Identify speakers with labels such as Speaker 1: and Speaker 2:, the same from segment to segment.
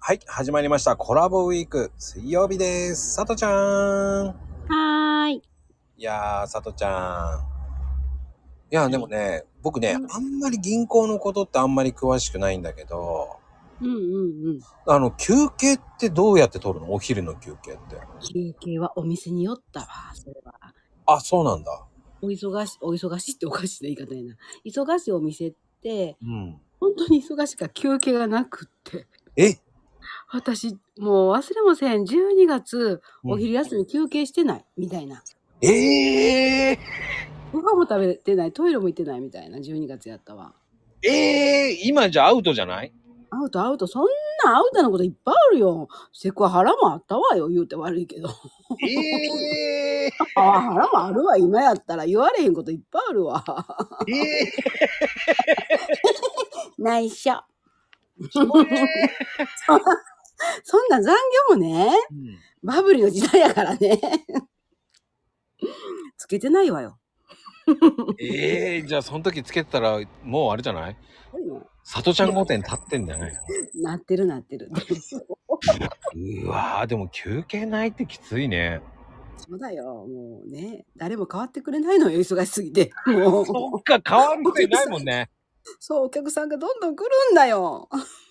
Speaker 1: はい、始まりました。コラボウィーク、水曜日です。さとちゃーん。
Speaker 2: はーい。
Speaker 1: いやー、さとちゃん。いやー、でもね、僕ね、
Speaker 2: うん
Speaker 1: あんまり銀行のことってあんまり詳しくないんだけど、
Speaker 2: うんうんうん。
Speaker 1: あの、休憩ってどうやって取るのお昼の休憩って。
Speaker 2: 休憩はお店によったわ、それは。
Speaker 1: あ、そうなんだ。
Speaker 2: お忙し、お忙しいっておかしいな言い方やな。忙しいお店って、
Speaker 1: うん。
Speaker 2: 本当に忙しいから休憩がなくって。
Speaker 1: え
Speaker 2: 私、もう忘れません。12月、
Speaker 1: うん
Speaker 2: お昼休み休憩してない、みたいな。
Speaker 1: ええ
Speaker 2: ご飯も食べてない、トイレも行ってない、みたいな。12月やったわ。
Speaker 1: ー、えー、今じゃアウトじゃない
Speaker 2: アウト、アウト。そんなアウトなこといっぱいあるよ。セクハラもあったわよ、言うて悪いけど。
Speaker 1: ええ
Speaker 2: パワハラもあるわ、今やったら。言われへんこといっぱいあるわ。
Speaker 1: ー、え
Speaker 2: 内緒。
Speaker 1: ー、そ れ
Speaker 2: そんな残業もね、
Speaker 1: うん
Speaker 2: バブリの時代やからね。つけてないわよ。
Speaker 1: ええー、じゃあその時つけてたら、もうあれじゃないさとちゃん御殿立ってんじゃない
Speaker 2: なってるなってる。
Speaker 1: うわーでも休憩ないってきついね。
Speaker 2: そうだよ。もうね、誰も変わってくれないのよ、忙しすぎて。もう、
Speaker 1: そっか、変わってないもんね。
Speaker 2: そう、お客さんがどんどん来るんだよ。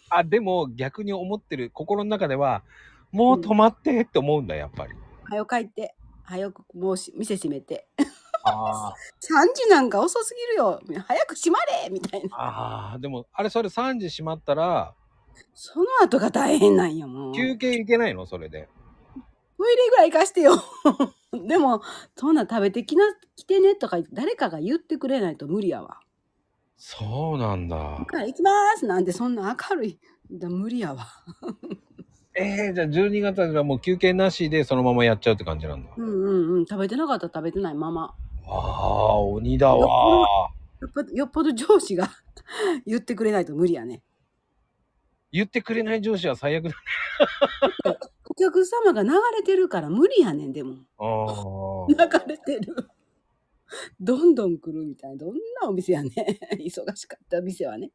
Speaker 1: あ、でも逆に思ってる心の中では、もう止まってって思うんだ、やっぱり。
Speaker 2: はよ帰って、はよくもうし店閉めて。
Speaker 1: あー
Speaker 2: 3時なんか遅すぎるよ。早く閉まれみたいな。
Speaker 1: あー、でも、あれ、それ3時閉まったら、
Speaker 2: その後が大変なんよ、もう。
Speaker 1: 休憩いけないのそれで。
Speaker 2: トイレぐらい行かしてよ。 でも、そんなん食べてきな、来てねとか言って誰かが言ってくれないと無理やわ。
Speaker 1: そうなんだ
Speaker 2: だ。から行きますなんてそんな明るい。だ無理やわ。
Speaker 1: えー、じゃあ12月はもう休憩なしでそのままやっちゃうって感じなんだ。
Speaker 2: うんうんうん。食べてなかったら食べてないまま。
Speaker 1: ああ、鬼だわー。
Speaker 2: よっぽど、よっぽど上司が 言ってくれないと無理やね。
Speaker 1: 言ってくれない上司は最悪だ。
Speaker 2: お客様が流れてるから無理やねん、でも。
Speaker 1: あー
Speaker 2: 流れてる。どんどん来るみたいな。どんなお店やね。忙しかった店はね。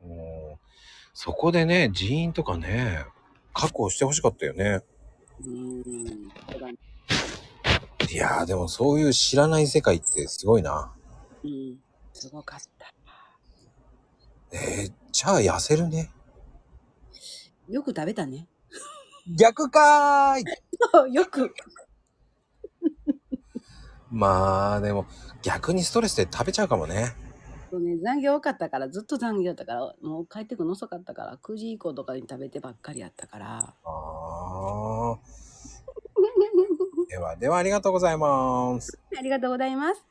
Speaker 1: もうそこでね人員とかね確保してほしかったよね
Speaker 2: うん。そうだね
Speaker 1: いやーでもそういう知らない世界ってすごいな
Speaker 2: うん。すごかった。
Speaker 1: えー、じゃあ痩せるね
Speaker 2: よく食べたね。
Speaker 1: 逆かーい
Speaker 2: よく。
Speaker 1: まあでも逆にストレスで食べちゃうかもね
Speaker 2: そうね、残業多かったからずっと残業だったからもう帰ってくるの遅かったから9時以降とかに食べてばっかりやったから
Speaker 1: あーではではありがとうございます
Speaker 2: ありがとうございます